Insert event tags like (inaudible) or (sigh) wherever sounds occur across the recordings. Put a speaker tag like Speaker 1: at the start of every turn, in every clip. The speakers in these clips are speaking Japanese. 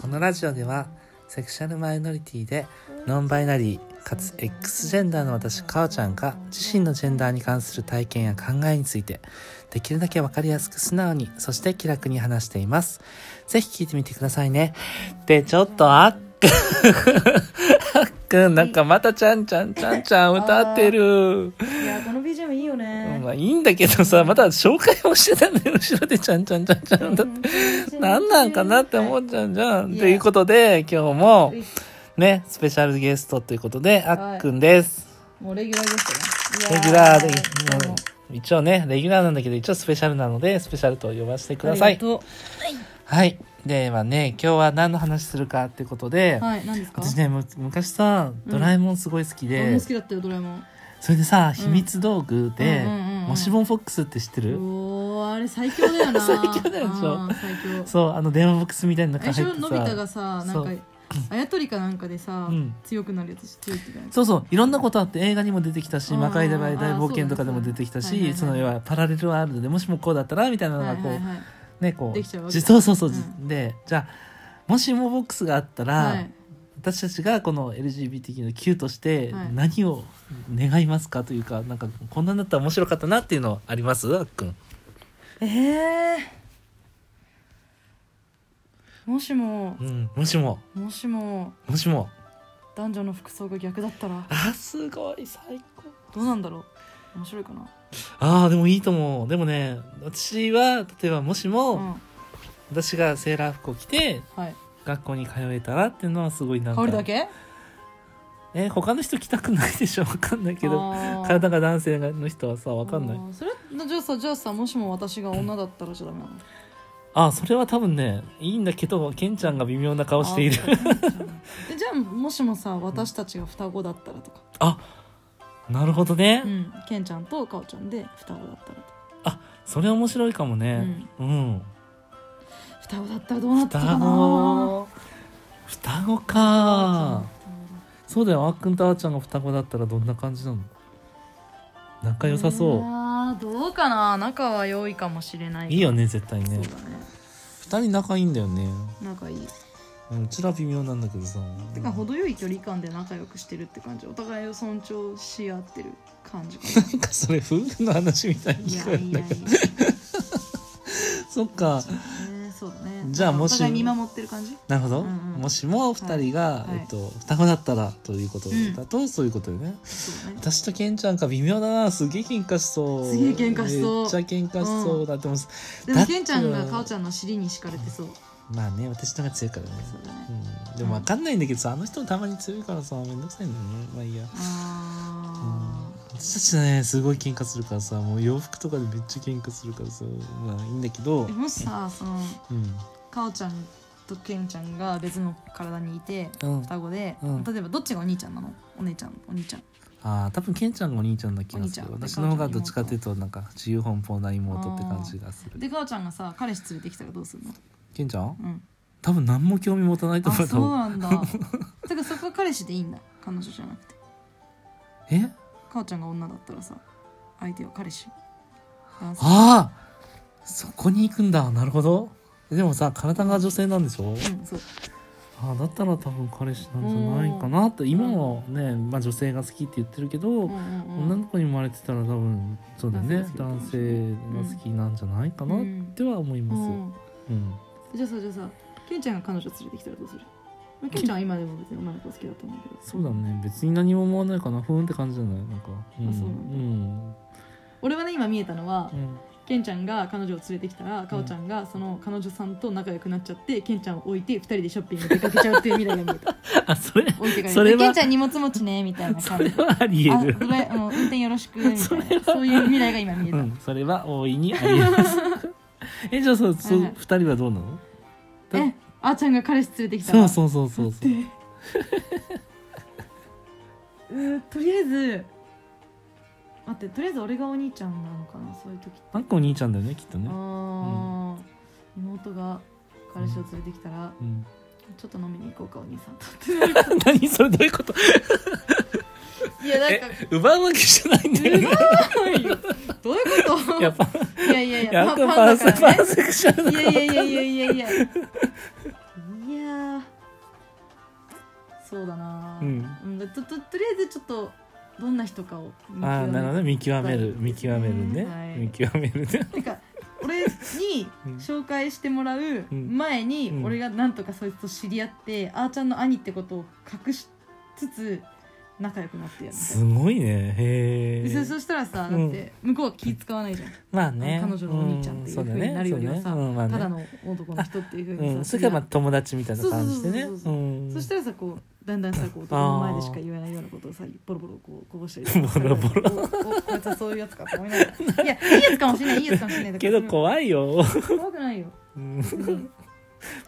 Speaker 1: このラジオではセクシャルマイノリティでノンバイナリーかつ X ジェンダーの私かおちゃんが自身のジェンダーに関する体験や考えについてできるだけわかりやすく素直にそして気楽に話していますぜひ聞いてみてくださいねでちょっとあっくんあっくんなんかまたちゃんちゃんちゃんちゃん歌ってる
Speaker 2: いやこの BGM いいよね、
Speaker 1: まあいいんだけどさまだ紹介もしてたんだよ後ろでちゃんちゃんちゃんちゃんだって何なんかなって思っちゃうじゃん。
Speaker 2: いや
Speaker 1: ということで、今日も
Speaker 2: うい
Speaker 1: ね、スペシャルゲストということで、あ
Speaker 2: はい
Speaker 1: っくんです。
Speaker 2: もうレギュラーですよね
Speaker 1: レギュラーで
Speaker 2: いやどうも、
Speaker 1: 一応ね、レギュラーなんだけど、一応スペシャルなので、スペシャルと呼ばせてくだ
Speaker 2: あ
Speaker 1: さ
Speaker 2: り
Speaker 1: い
Speaker 2: が。と
Speaker 1: はい。ではね、今日は何の話するかっていうことで
Speaker 2: う、はい何ですか
Speaker 1: 私ね、む昔さ、ドラえもんすごい好き
Speaker 2: 俺
Speaker 1: で
Speaker 2: も好、きだったよドラえもん
Speaker 1: それでさ、秘密道具で
Speaker 2: うんうんうんうん、
Speaker 1: もしもんフォックスって知ってる
Speaker 2: おーあれ最強だよな
Speaker 1: 最強だよでしょ
Speaker 2: あー最強
Speaker 1: そう、あの電話ボックスみたいな
Speaker 2: 最
Speaker 1: 中入っ
Speaker 2: 初
Speaker 1: て
Speaker 2: のび太が
Speaker 1: さ、
Speaker 2: さな
Speaker 1: そ
Speaker 2: ん
Speaker 1: う
Speaker 2: かあやとりかなんかでさ、
Speaker 1: うん
Speaker 2: 強くなるやつ強いって言うか
Speaker 1: そうそういろんなことあって映画にも出てきたし「
Speaker 2: うん
Speaker 1: 魔界大大冒険」とかでも出てきた
Speaker 2: あーそうだね
Speaker 1: しその要はパラレルワールドでもしもこうだったらみたいなのがこ
Speaker 2: はいうはい
Speaker 1: ねこ
Speaker 2: できちゃうわ
Speaker 1: うじ
Speaker 2: け
Speaker 1: そうそうそうじ
Speaker 2: う
Speaker 1: でじゃあもしもボックスがあった
Speaker 2: はいは
Speaker 1: ら
Speaker 2: い
Speaker 1: 私たちがこの LGBTQ の Q として
Speaker 2: はい
Speaker 1: 何を願いますかというかなんかこんなんだったら面白かったなっていうのありますあっくん
Speaker 2: ええー、もしも
Speaker 1: うんもしも
Speaker 2: もしも
Speaker 1: もしも
Speaker 2: 男女の服装が逆だったら
Speaker 1: あすごい最高
Speaker 2: どうなんだろう面白いかな
Speaker 1: あーでもいいと思うでもね私は例えばもし
Speaker 2: う
Speaker 1: も
Speaker 2: ん
Speaker 1: 私がセーラー服を着て
Speaker 2: はい
Speaker 1: 学校に通えたらっていうのはすごいなんか
Speaker 2: 香りだけ
Speaker 1: え他の人来たくないでしょ分かんないけど体が男性の人はさ分
Speaker 2: わ
Speaker 1: かんない
Speaker 2: それじゃあさじゃあさもしも私が女だったらじゃダメなの
Speaker 1: あそれは多分ねいいんだけどケンちゃんが微妙な顔している
Speaker 2: あーそうかでじゃあもしもさ私たちが双子だったらとか
Speaker 1: (laughs) あなるほどね、
Speaker 2: うんケンちゃんとかおちゃんで双子だったらとか
Speaker 1: それ面白いかもねうん、
Speaker 2: 双子だったらどうなった
Speaker 1: 双
Speaker 2: かな
Speaker 1: 子双子
Speaker 2: あ
Speaker 1: かそうだよあっくんとあーちゃんが双子だったらどんな感じなの仲良さそう
Speaker 2: あどうかな仲は良いかもしれない
Speaker 1: いいよね絶対
Speaker 2: そ
Speaker 1: ね
Speaker 2: うだね
Speaker 1: 二人仲いいんだよね
Speaker 2: 仲いい
Speaker 1: うんうちら微妙なんだけどさ
Speaker 2: てか程よい距離感で仲良くしてるって感じお互いを尊重し合ってる感じかな
Speaker 1: なんかそれ夫婦の話みた (laughs) いに
Speaker 2: い
Speaker 1: 聞
Speaker 2: や
Speaker 1: こえるん
Speaker 2: い
Speaker 1: だ
Speaker 2: や
Speaker 1: け
Speaker 2: い
Speaker 1: ど
Speaker 2: や
Speaker 1: そっか
Speaker 2: ねそうだね
Speaker 1: じゃあもし
Speaker 2: お互い見守ってる感じ
Speaker 1: なるほど、
Speaker 2: うんうん
Speaker 1: もしも二人が、
Speaker 2: はい
Speaker 1: えっと、双子だったらということだと、そういうことよね
Speaker 2: そうだね
Speaker 1: 私とケンちゃんか微妙だなすげえ喧嘩しそう
Speaker 2: すげえ喧嘩しそう
Speaker 1: めっちゃ喧嘩しそうだってもう
Speaker 2: で
Speaker 1: だ
Speaker 2: も
Speaker 1: って
Speaker 2: ケンちゃんがかおちゃんの尻に敷かれてそう
Speaker 1: まあね私の方が強いからね、
Speaker 2: そうだね
Speaker 1: うん、でも分かんないんだけどさあの人もたまに強いからさめんどくさいんだよねまあいいや
Speaker 2: あ
Speaker 1: 私たちねすごい喧嘩するからさもう洋服とかでめっちゃ喧嘩するからさまあいいんだけど
Speaker 2: ーえもしさその
Speaker 1: うん
Speaker 2: かおちゃんとケンちゃんが別の体にいて
Speaker 1: うん
Speaker 2: 双子で、
Speaker 1: うん
Speaker 2: 例えばどっちがお兄ちゃんなのお姉ちゃんお兄ちゃん
Speaker 1: ああ多分ケンちゃんがお兄ちゃんな気がする
Speaker 2: お兄ちゃん
Speaker 1: 私の方がどっちかっていうとなんか自由奔放な妹って感じがする
Speaker 2: でかおちゃんがさ彼氏連れてきたらどうするの
Speaker 1: ケンちゃん
Speaker 2: うん
Speaker 1: 多分何も興味持たないと
Speaker 2: あ
Speaker 1: 思う
Speaker 2: そう
Speaker 1: 多分
Speaker 2: なんだてかそこは彼氏でいいんだ彼女じゃなくて
Speaker 1: え
Speaker 2: かおちゃんが女だったらさ相手は彼氏男性
Speaker 1: ああそこに行くんだなるほどでもさ体が女性なんでしょ
Speaker 2: うんそう
Speaker 1: ああだったら多分彼氏なんじゃないかなと今はね、まあ、女性が好きって言ってるけど、
Speaker 2: うんうんうん
Speaker 1: 女の子に生まれてたら多分そうだよね男
Speaker 2: 男
Speaker 1: 性
Speaker 2: 性
Speaker 1: が好きなんじゃないかなっては思います、
Speaker 2: うん
Speaker 1: うん
Speaker 2: じゃあさじゃあさケンちゃんが彼女連れてきたらどうするまあケンちゃんは今でも別に女の子好きだと思うけど
Speaker 1: そうだね別に何も思わないかなふーんって感じじゃないなんか、うん、
Speaker 2: あそう
Speaker 1: うん
Speaker 2: 俺はね今見えたのは、
Speaker 1: うん
Speaker 2: ケンちゃんが彼女を連れてきたらかおちゃんがその彼女さんと仲良くなっちゃって、ケンちゃんを置いて二人でショッピング出かけちゃうっていう未来が見 (laughs) えた
Speaker 1: あそれ
Speaker 2: 置いてかれて
Speaker 1: それは
Speaker 2: ケンちゃん荷物持ちねみたいな
Speaker 1: そ
Speaker 2: 感
Speaker 1: れ
Speaker 2: じ
Speaker 1: はありえ
Speaker 2: あ
Speaker 1: る
Speaker 2: それもう運転よろしくみたいな (laughs) そういう未来が今見
Speaker 1: う
Speaker 2: えた、
Speaker 1: んそれは大いにありえます (laughs) えじゃあそうそう
Speaker 2: はいはい
Speaker 1: 二人はどうなのだ
Speaker 2: えあーちゃんが彼氏連れてきた
Speaker 1: そ
Speaker 2: ら
Speaker 1: うそうそうそうそう
Speaker 2: うーとりあえず待ってとりあえず俺がお兄ちゃんなのかなそういう時って
Speaker 1: なんかお兄ちゃんだよねきっとね
Speaker 2: あー妹が彼氏を連れてきたら、
Speaker 1: うん
Speaker 2: ちょっと飲みに行こうかお兄さんとって
Speaker 1: (laughs) 何それどういうこと
Speaker 2: いやなん
Speaker 1: え
Speaker 2: か
Speaker 1: 奪うわけじゃないんだよね
Speaker 2: どういうこと
Speaker 1: やっぱ
Speaker 2: いやいやいや
Speaker 1: やっぱ
Speaker 2: パ
Speaker 1: パ
Speaker 2: ン
Speaker 1: ンセ
Speaker 2: だから
Speaker 1: パン
Speaker 2: ね
Speaker 1: セクシャルだ
Speaker 2: いやいやいやいやいやいやいやーそうだな、
Speaker 1: うん
Speaker 2: うんとととりあえずちょっとどんな人かを見
Speaker 1: ああなるほどね見極める見極めるね、
Speaker 2: はい
Speaker 1: 見極めるね
Speaker 2: なんか俺に
Speaker 1: うん
Speaker 2: 紹介してもらう前に
Speaker 1: うん
Speaker 2: 俺がなんとかそいつと知り合って、あーちゃんの兄ってことを隠しつつ仲良くなってやるみたい
Speaker 1: すごいねへ
Speaker 2: なで
Speaker 1: え
Speaker 2: そそしたらさだって向こうは気使わないじゃん、
Speaker 1: まあね
Speaker 2: 彼女のお兄ちゃんっていう風になるよりはさ
Speaker 1: そうだねうんまあね
Speaker 2: ただの男の人っていうふうにさ、
Speaker 1: うん、それからまあ
Speaker 2: い
Speaker 1: 友達みたいな感じでね
Speaker 2: そうそうそうそう
Speaker 1: うん
Speaker 2: やそしたらさこうだんだんさこう男の前でしか言えないようなことをさボロボロこうこぼしたりとかさ
Speaker 1: ボロボロ
Speaker 2: おおこいつはそういうやつかと思いながらいやいいやつかもしれないいいやつかもしれないだ
Speaker 1: け
Speaker 2: ら
Speaker 1: ど怖いよ、
Speaker 2: うん怖くないよ、
Speaker 1: うん、ま
Speaker 2: うん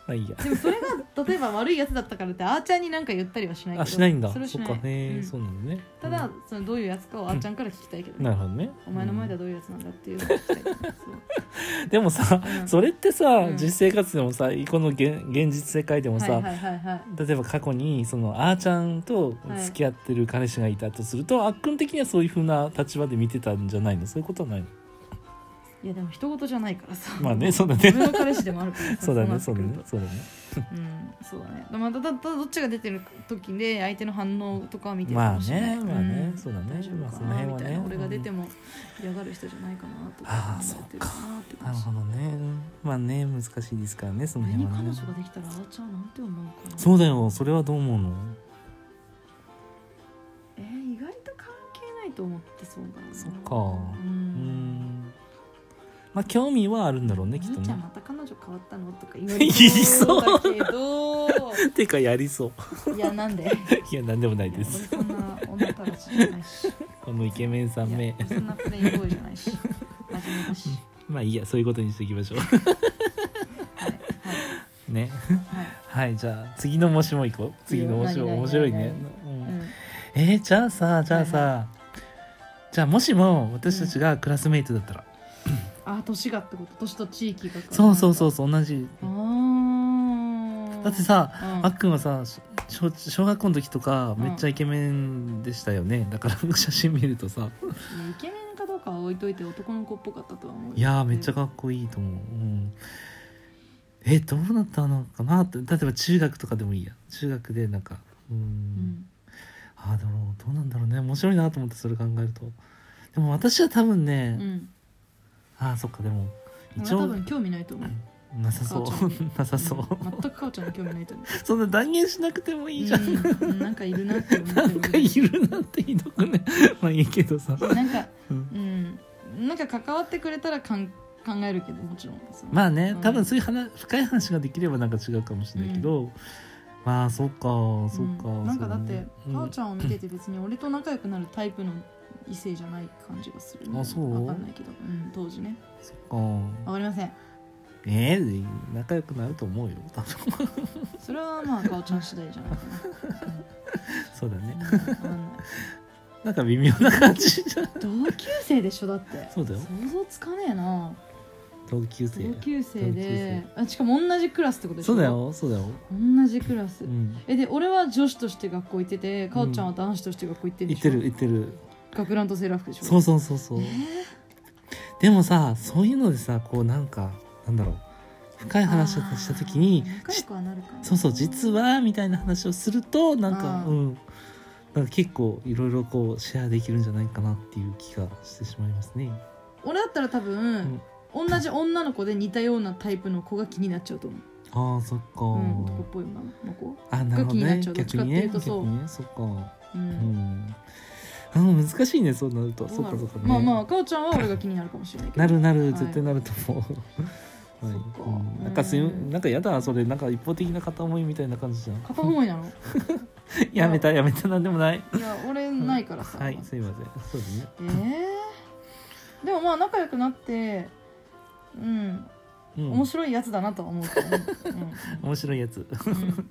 Speaker 1: あいいや
Speaker 2: でもそれが例えば悪いやつだったからってあーちゃんになんか言ったりはしないけど
Speaker 1: あしないんだ
Speaker 2: そ
Speaker 1: そ
Speaker 2: れはし
Speaker 1: っ
Speaker 2: ない
Speaker 1: かね、
Speaker 2: うん
Speaker 1: そうなのね
Speaker 2: ただ、そのどういうやつかをあーちゃんから聞きたいけど、
Speaker 1: うんなるほどね
Speaker 2: お前の前ではどういうやつなんだっていうのを聞きたい
Speaker 1: うんでもさ、
Speaker 2: うん
Speaker 1: それってさ、
Speaker 2: うん
Speaker 1: 実生活でもさこの現現実世界でも
Speaker 2: そう
Speaker 1: さ、
Speaker 2: はいはいはいはい
Speaker 1: 例えば過去にそのあーちゃんと付き合ってる彼氏がいたとすると、あっくん的にはそういうふうな立場で見てたんじゃないのそういうことはないの
Speaker 2: いやでも人事じゃないからさ
Speaker 1: まあねそうだね
Speaker 2: 自分の彼氏でもあるからさ
Speaker 1: (laughs) そうだねそ
Speaker 2: (laughs) そうう
Speaker 1: だ
Speaker 2: なって
Speaker 1: ねそう
Speaker 2: くる
Speaker 1: だね
Speaker 2: とうんそうだねまあただただどっちが出てる時で相手の反応とかは見てるか
Speaker 1: まあ
Speaker 2: もしれない
Speaker 1: ねまあね、
Speaker 2: ん
Speaker 1: そうだね
Speaker 2: 大丈夫
Speaker 1: まあ
Speaker 2: か
Speaker 1: その
Speaker 2: な
Speaker 1: 辺
Speaker 2: み
Speaker 1: は
Speaker 2: たい
Speaker 1: ね
Speaker 2: な俺が出ても嫌がる人じゃないかなと
Speaker 1: あ
Speaker 2: か
Speaker 1: ーそっ
Speaker 2: 思ってる
Speaker 1: か
Speaker 2: かなって
Speaker 1: な
Speaker 2: 感
Speaker 1: る
Speaker 2: じ
Speaker 1: ほどねうんまあね難しいですからねその
Speaker 2: 俺
Speaker 1: 辺
Speaker 2: に
Speaker 1: は
Speaker 2: 彼
Speaker 1: ね
Speaker 2: 女ができたらあーちゃんなんて思うかな
Speaker 1: そうだよそれはどう思うの
Speaker 2: えー意外と関係ないと思ってそうだな
Speaker 1: そっか
Speaker 2: う
Speaker 1: うんんまあ興味はあるんだろうねきっと
Speaker 2: 兄ちゃん
Speaker 1: ね
Speaker 2: また彼女変わったのとか言わ
Speaker 1: 言
Speaker 2: れ
Speaker 1: い
Speaker 2: そ
Speaker 1: そう
Speaker 2: う
Speaker 1: (laughs)
Speaker 2: だけど
Speaker 1: てかやり (laughs) そう
Speaker 2: いやなんでいや
Speaker 1: いや何でもない
Speaker 2: 俺
Speaker 1: です
Speaker 2: そんな女たらしじゃないし
Speaker 1: このイケメンさん
Speaker 2: い
Speaker 1: め
Speaker 2: や俺そんなプレイボーイじゃないし真面目だし
Speaker 1: まあいいやそういうことにしていきましょ
Speaker 2: はいは
Speaker 1: (laughs) うね
Speaker 2: いは
Speaker 1: は
Speaker 2: い
Speaker 1: いじゃあ次の模試も行こう次の模試も面白いね、う、
Speaker 2: うんん
Speaker 1: えー、じゃあさじゃあさ、
Speaker 2: はい
Speaker 1: じゃあもしも私たちがクラスメイトだったら、
Speaker 2: あ年がってこと年と地域が
Speaker 1: そうそうそううそう同じ
Speaker 2: あー
Speaker 1: だってさ
Speaker 2: うん
Speaker 1: あっくんはさ小小学校の時とかめっちゃイケメンでしたよね、だから写真見るとさ
Speaker 2: いやイケメンかどうかは置いといて男の子っぽかったとは思う
Speaker 1: いやーめっちゃ
Speaker 2: か
Speaker 1: かっこいいと思う、うん、えどうなったのかなって例えば中学とかでもいいや中学でなんかうん
Speaker 2: うん
Speaker 1: あーでもどうなんだろうね面白いなと思ってそれ考えるとでも私は多分
Speaker 2: う
Speaker 1: ね、
Speaker 2: ん
Speaker 1: ああそっかでも一
Speaker 2: 多
Speaker 1: 応
Speaker 2: 分興味ないと思う
Speaker 1: なさそう
Speaker 2: 母ちゃん
Speaker 1: (laughs) なさそう、
Speaker 2: うん全くかおちゃんの興味ないと思う
Speaker 1: そんな断言しなくて (laughs) もいいじゃん、
Speaker 2: うんなんかいるなって思って
Speaker 1: (laughs) なんかいるなんてひどくねまあいいけどさ、
Speaker 2: なんか
Speaker 1: うん
Speaker 2: うんなんか関わってくれたらかん考えるけどもちろんその
Speaker 1: まあね
Speaker 2: うん
Speaker 1: 多分そういう話深い話ができればなんか違うかもしれないけど、まあそっかそっか、
Speaker 2: うんなんかだって、
Speaker 1: そう
Speaker 2: か
Speaker 1: ね
Speaker 2: おちゃんを見てて別に俺と仲良くなるタイプの異性じゃない感じがする、ね、
Speaker 1: あそう
Speaker 2: わかんないけど、うん、当時ね
Speaker 1: うんそっか
Speaker 2: わかりません
Speaker 1: えー仲良くなると思うよ多分
Speaker 2: それはまあかおちゃん次第じゃないか
Speaker 1: そうだね
Speaker 2: な、うん、わかんない
Speaker 1: なんか微妙な感じじゃん
Speaker 2: 同級生でしょだって
Speaker 1: そうだよ
Speaker 2: 想像つかねえな
Speaker 1: 同級生
Speaker 2: 同級生
Speaker 1: 同級
Speaker 2: で
Speaker 1: 生
Speaker 2: あしかも同じクラスってことでしょ
Speaker 1: そうだよそうだよ、
Speaker 2: 同じクラス、
Speaker 1: うん、
Speaker 2: えで俺は女子として学校行っててかおちゃんは男子として学校行ってんで
Speaker 1: 言っ
Speaker 2: しょ、
Speaker 1: てる言ってる
Speaker 2: 学ランとセーラー服でしょ
Speaker 1: そうそうそうそう、でもさそういうのでさこうなんかなんだろう深い話をした時に
Speaker 2: あー仲良くはなるかも
Speaker 1: そうそう実はみたいな話をするとなんか
Speaker 2: う
Speaker 1: うんんなんか結構いろいろこうシェアできるんじゃないかなっていう気がしてしまいますね
Speaker 2: 俺だったら多分、同じ女の子で似たようなタイプの子が気になっちゃうと思
Speaker 1: あーそっか、
Speaker 2: う、うん、男っぽい女の子、
Speaker 1: あなるほど
Speaker 2: が気になっ
Speaker 1: ね
Speaker 2: ちゃう
Speaker 1: 逆に
Speaker 2: ど
Speaker 1: ね
Speaker 2: っちかってい
Speaker 1: 逆
Speaker 2: うとそう
Speaker 1: にねそっか
Speaker 2: う
Speaker 1: うんんあー難しいねそうなると
Speaker 2: ど
Speaker 1: そう
Speaker 2: なる
Speaker 1: かそうかね
Speaker 2: まあまあかおちゃんは俺が気になるかもしれないけど
Speaker 1: なるなる、
Speaker 2: はい
Speaker 1: 絶対なると
Speaker 2: (laughs)
Speaker 1: 思うはい
Speaker 2: そっか
Speaker 1: うんなんかすい
Speaker 2: うん
Speaker 1: なんかやだそれなんか一方的な片思いみたいな感じじゃん
Speaker 2: 片思いなの
Speaker 1: やめたやめたなんでもない
Speaker 2: いや俺ないからさ、
Speaker 1: はいすいませんそうですね
Speaker 2: えーでもまあ仲良くなってうん、
Speaker 1: うん
Speaker 2: 面白いやつだなとは思うけどね、
Speaker 1: 面白いやつ (laughs)
Speaker 2: うん (laughs) うん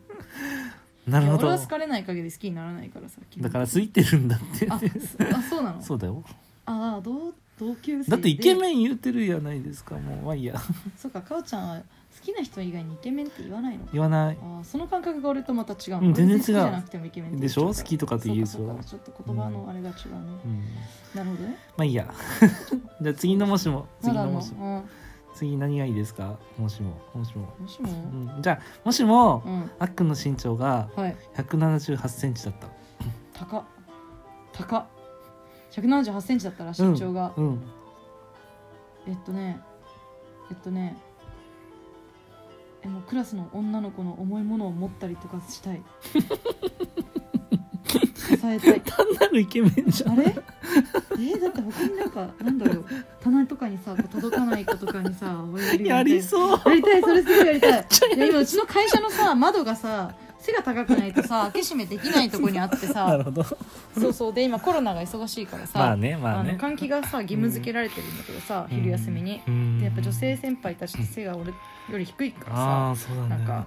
Speaker 1: ないる
Speaker 2: や
Speaker 1: ほ
Speaker 2: 俺
Speaker 1: ど
Speaker 2: は好かれない限り好きにならないからさ基
Speaker 1: だ
Speaker 2: 本
Speaker 1: から空いてるんだって
Speaker 2: あすあそうなの
Speaker 1: そうだよ
Speaker 2: ああ同同級生
Speaker 1: だってイケ
Speaker 2: ン
Speaker 1: メン言うてるやないですかもうまあいいや
Speaker 2: そうかかおちゃんは好きな人以外にイケメンって言わないの
Speaker 1: 言わない
Speaker 2: ああその感覚が俺とまた違うの、
Speaker 1: うん全然違う
Speaker 2: 俺好きじゃなくてもイケメンって言
Speaker 1: で
Speaker 2: っ
Speaker 1: し
Speaker 2: ちゃう
Speaker 1: ょ
Speaker 2: から
Speaker 1: 好きとかって言うでし
Speaker 2: そう
Speaker 1: ょ
Speaker 2: かそうかちょっと言葉のあれが違うね、
Speaker 1: うん
Speaker 2: なるほどね
Speaker 1: まあいいや (laughs) じゃあ次のもしも
Speaker 2: ま
Speaker 1: 次
Speaker 2: だ
Speaker 1: の
Speaker 2: の
Speaker 1: もしも
Speaker 2: うん
Speaker 1: 次何がいいですかもしももしも、
Speaker 2: もしも
Speaker 1: うん、じゃあもしも、
Speaker 2: うん
Speaker 1: あっくんの身長が
Speaker 2: はい
Speaker 1: 1 7 8ンチだった
Speaker 2: 高っ高っ178センチだったら身長が、
Speaker 1: うん、うん
Speaker 2: えっとねえっとねえもうクラスの女の子の重いものを持ったりとかしたい支えたい
Speaker 1: 単なるイケメンじゃん
Speaker 2: あれえーだって他になんかなんだろう棚とかにさこう届かない子とかにさ
Speaker 1: (laughs)
Speaker 2: 俺やりたい
Speaker 1: やりそう
Speaker 2: やりたいそれすごいやりたい
Speaker 1: ちゃやり
Speaker 2: いや今うちの会社のさ窓がさ背が高くないとさ開け閉めできないとこにあって
Speaker 1: な
Speaker 2: さ
Speaker 1: るほど
Speaker 2: そうそうで今コロナが忙しいからさ、
Speaker 1: まあねまあ
Speaker 2: あの
Speaker 1: ね
Speaker 2: 換気がさ義務付けられてるんだけどさ、昼休みに、
Speaker 1: うん
Speaker 2: でやっぱ女性先輩たちって背が俺より低いから
Speaker 1: あ
Speaker 2: さ
Speaker 1: あそうだね
Speaker 2: なんか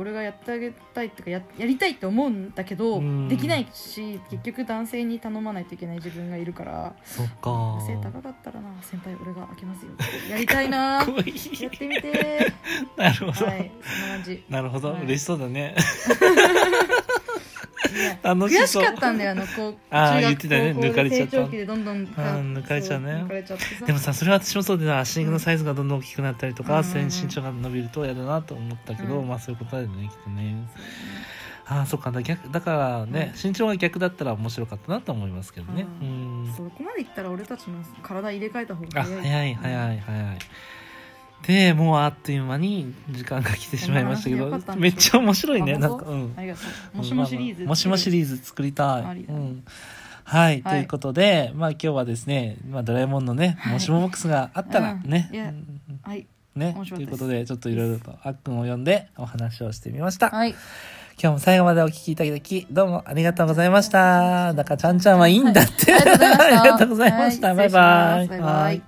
Speaker 2: 俺がやってあげたいとかややりたいって思うんだけど、
Speaker 1: うん
Speaker 2: できないし結局男性に頼まないといけない自分がいるから
Speaker 1: そっか
Speaker 2: 背高かったらな先輩俺が開けますよやりたいな
Speaker 1: (laughs) かっこい
Speaker 2: やっ
Speaker 1: い
Speaker 2: てみて
Speaker 1: な (laughs) るほど、
Speaker 2: はいそんな感じ、
Speaker 1: なるほど、
Speaker 2: はい
Speaker 1: 嬉しそうだね (laughs)
Speaker 2: ね
Speaker 1: 楽し
Speaker 2: 悔
Speaker 1: そ
Speaker 2: し
Speaker 1: う
Speaker 2: かったんだよあのこう
Speaker 1: (laughs) あー
Speaker 2: 中
Speaker 1: 言って
Speaker 2: 学
Speaker 1: たね
Speaker 2: 高校
Speaker 1: 抜かれ
Speaker 2: で
Speaker 1: ちゃ
Speaker 2: 成
Speaker 1: った
Speaker 2: 長期でどんどんか
Speaker 1: うん抜かれちゃうね
Speaker 2: そ抜かれちゃってさ
Speaker 1: でもさそれは私もそうでな足のサイズがどんどん大きくなったりとか、
Speaker 2: うん
Speaker 1: 背身長が伸びると嫌だなと思ったけど、
Speaker 2: うん
Speaker 1: まあそういうことだよねきっとねああそっかだ逆だからね、身長が逆だったら面白かったなと思いますけどね
Speaker 2: う
Speaker 1: うん
Speaker 2: そこまでいったら俺たちの体入れ替えた方
Speaker 1: あ
Speaker 2: が早い
Speaker 1: 早い早い早いでもうあっという間に時間が来てしまいましたけ
Speaker 2: こんな話でよか
Speaker 1: ど
Speaker 2: ったん
Speaker 1: め
Speaker 2: で
Speaker 1: っ
Speaker 2: し
Speaker 1: ち
Speaker 2: ょ
Speaker 1: ゃ面白いね
Speaker 2: あ
Speaker 1: なん
Speaker 2: 本当
Speaker 1: かうん
Speaker 2: ありがとうもしもシリーズ、
Speaker 1: まあまあもしもシリーズ作りたい。
Speaker 2: ありだ
Speaker 1: う
Speaker 2: ね
Speaker 1: んはい、
Speaker 2: はい
Speaker 1: ということで、まあ今日はですね、まあドラえもんのね、
Speaker 2: はい
Speaker 1: もしもボックスがあったらね、
Speaker 2: うんいや
Speaker 1: うん
Speaker 2: はい
Speaker 1: ね
Speaker 2: 面、
Speaker 1: と
Speaker 2: 白
Speaker 1: い
Speaker 2: か
Speaker 1: う
Speaker 2: った
Speaker 1: ことで、
Speaker 2: です
Speaker 1: ちょっといろいろとあっくんを呼んでお話をしてみました。 (laughs)
Speaker 2: はい
Speaker 1: 今日も最後までお聞きいただき、どうもありがとうございました。だからちゃんちゃんはいいんだって。
Speaker 2: ありがとうございまし
Speaker 1: (laughs)
Speaker 2: た
Speaker 1: ありがとうございました。バイバイ。
Speaker 2: は失礼しますバイバイ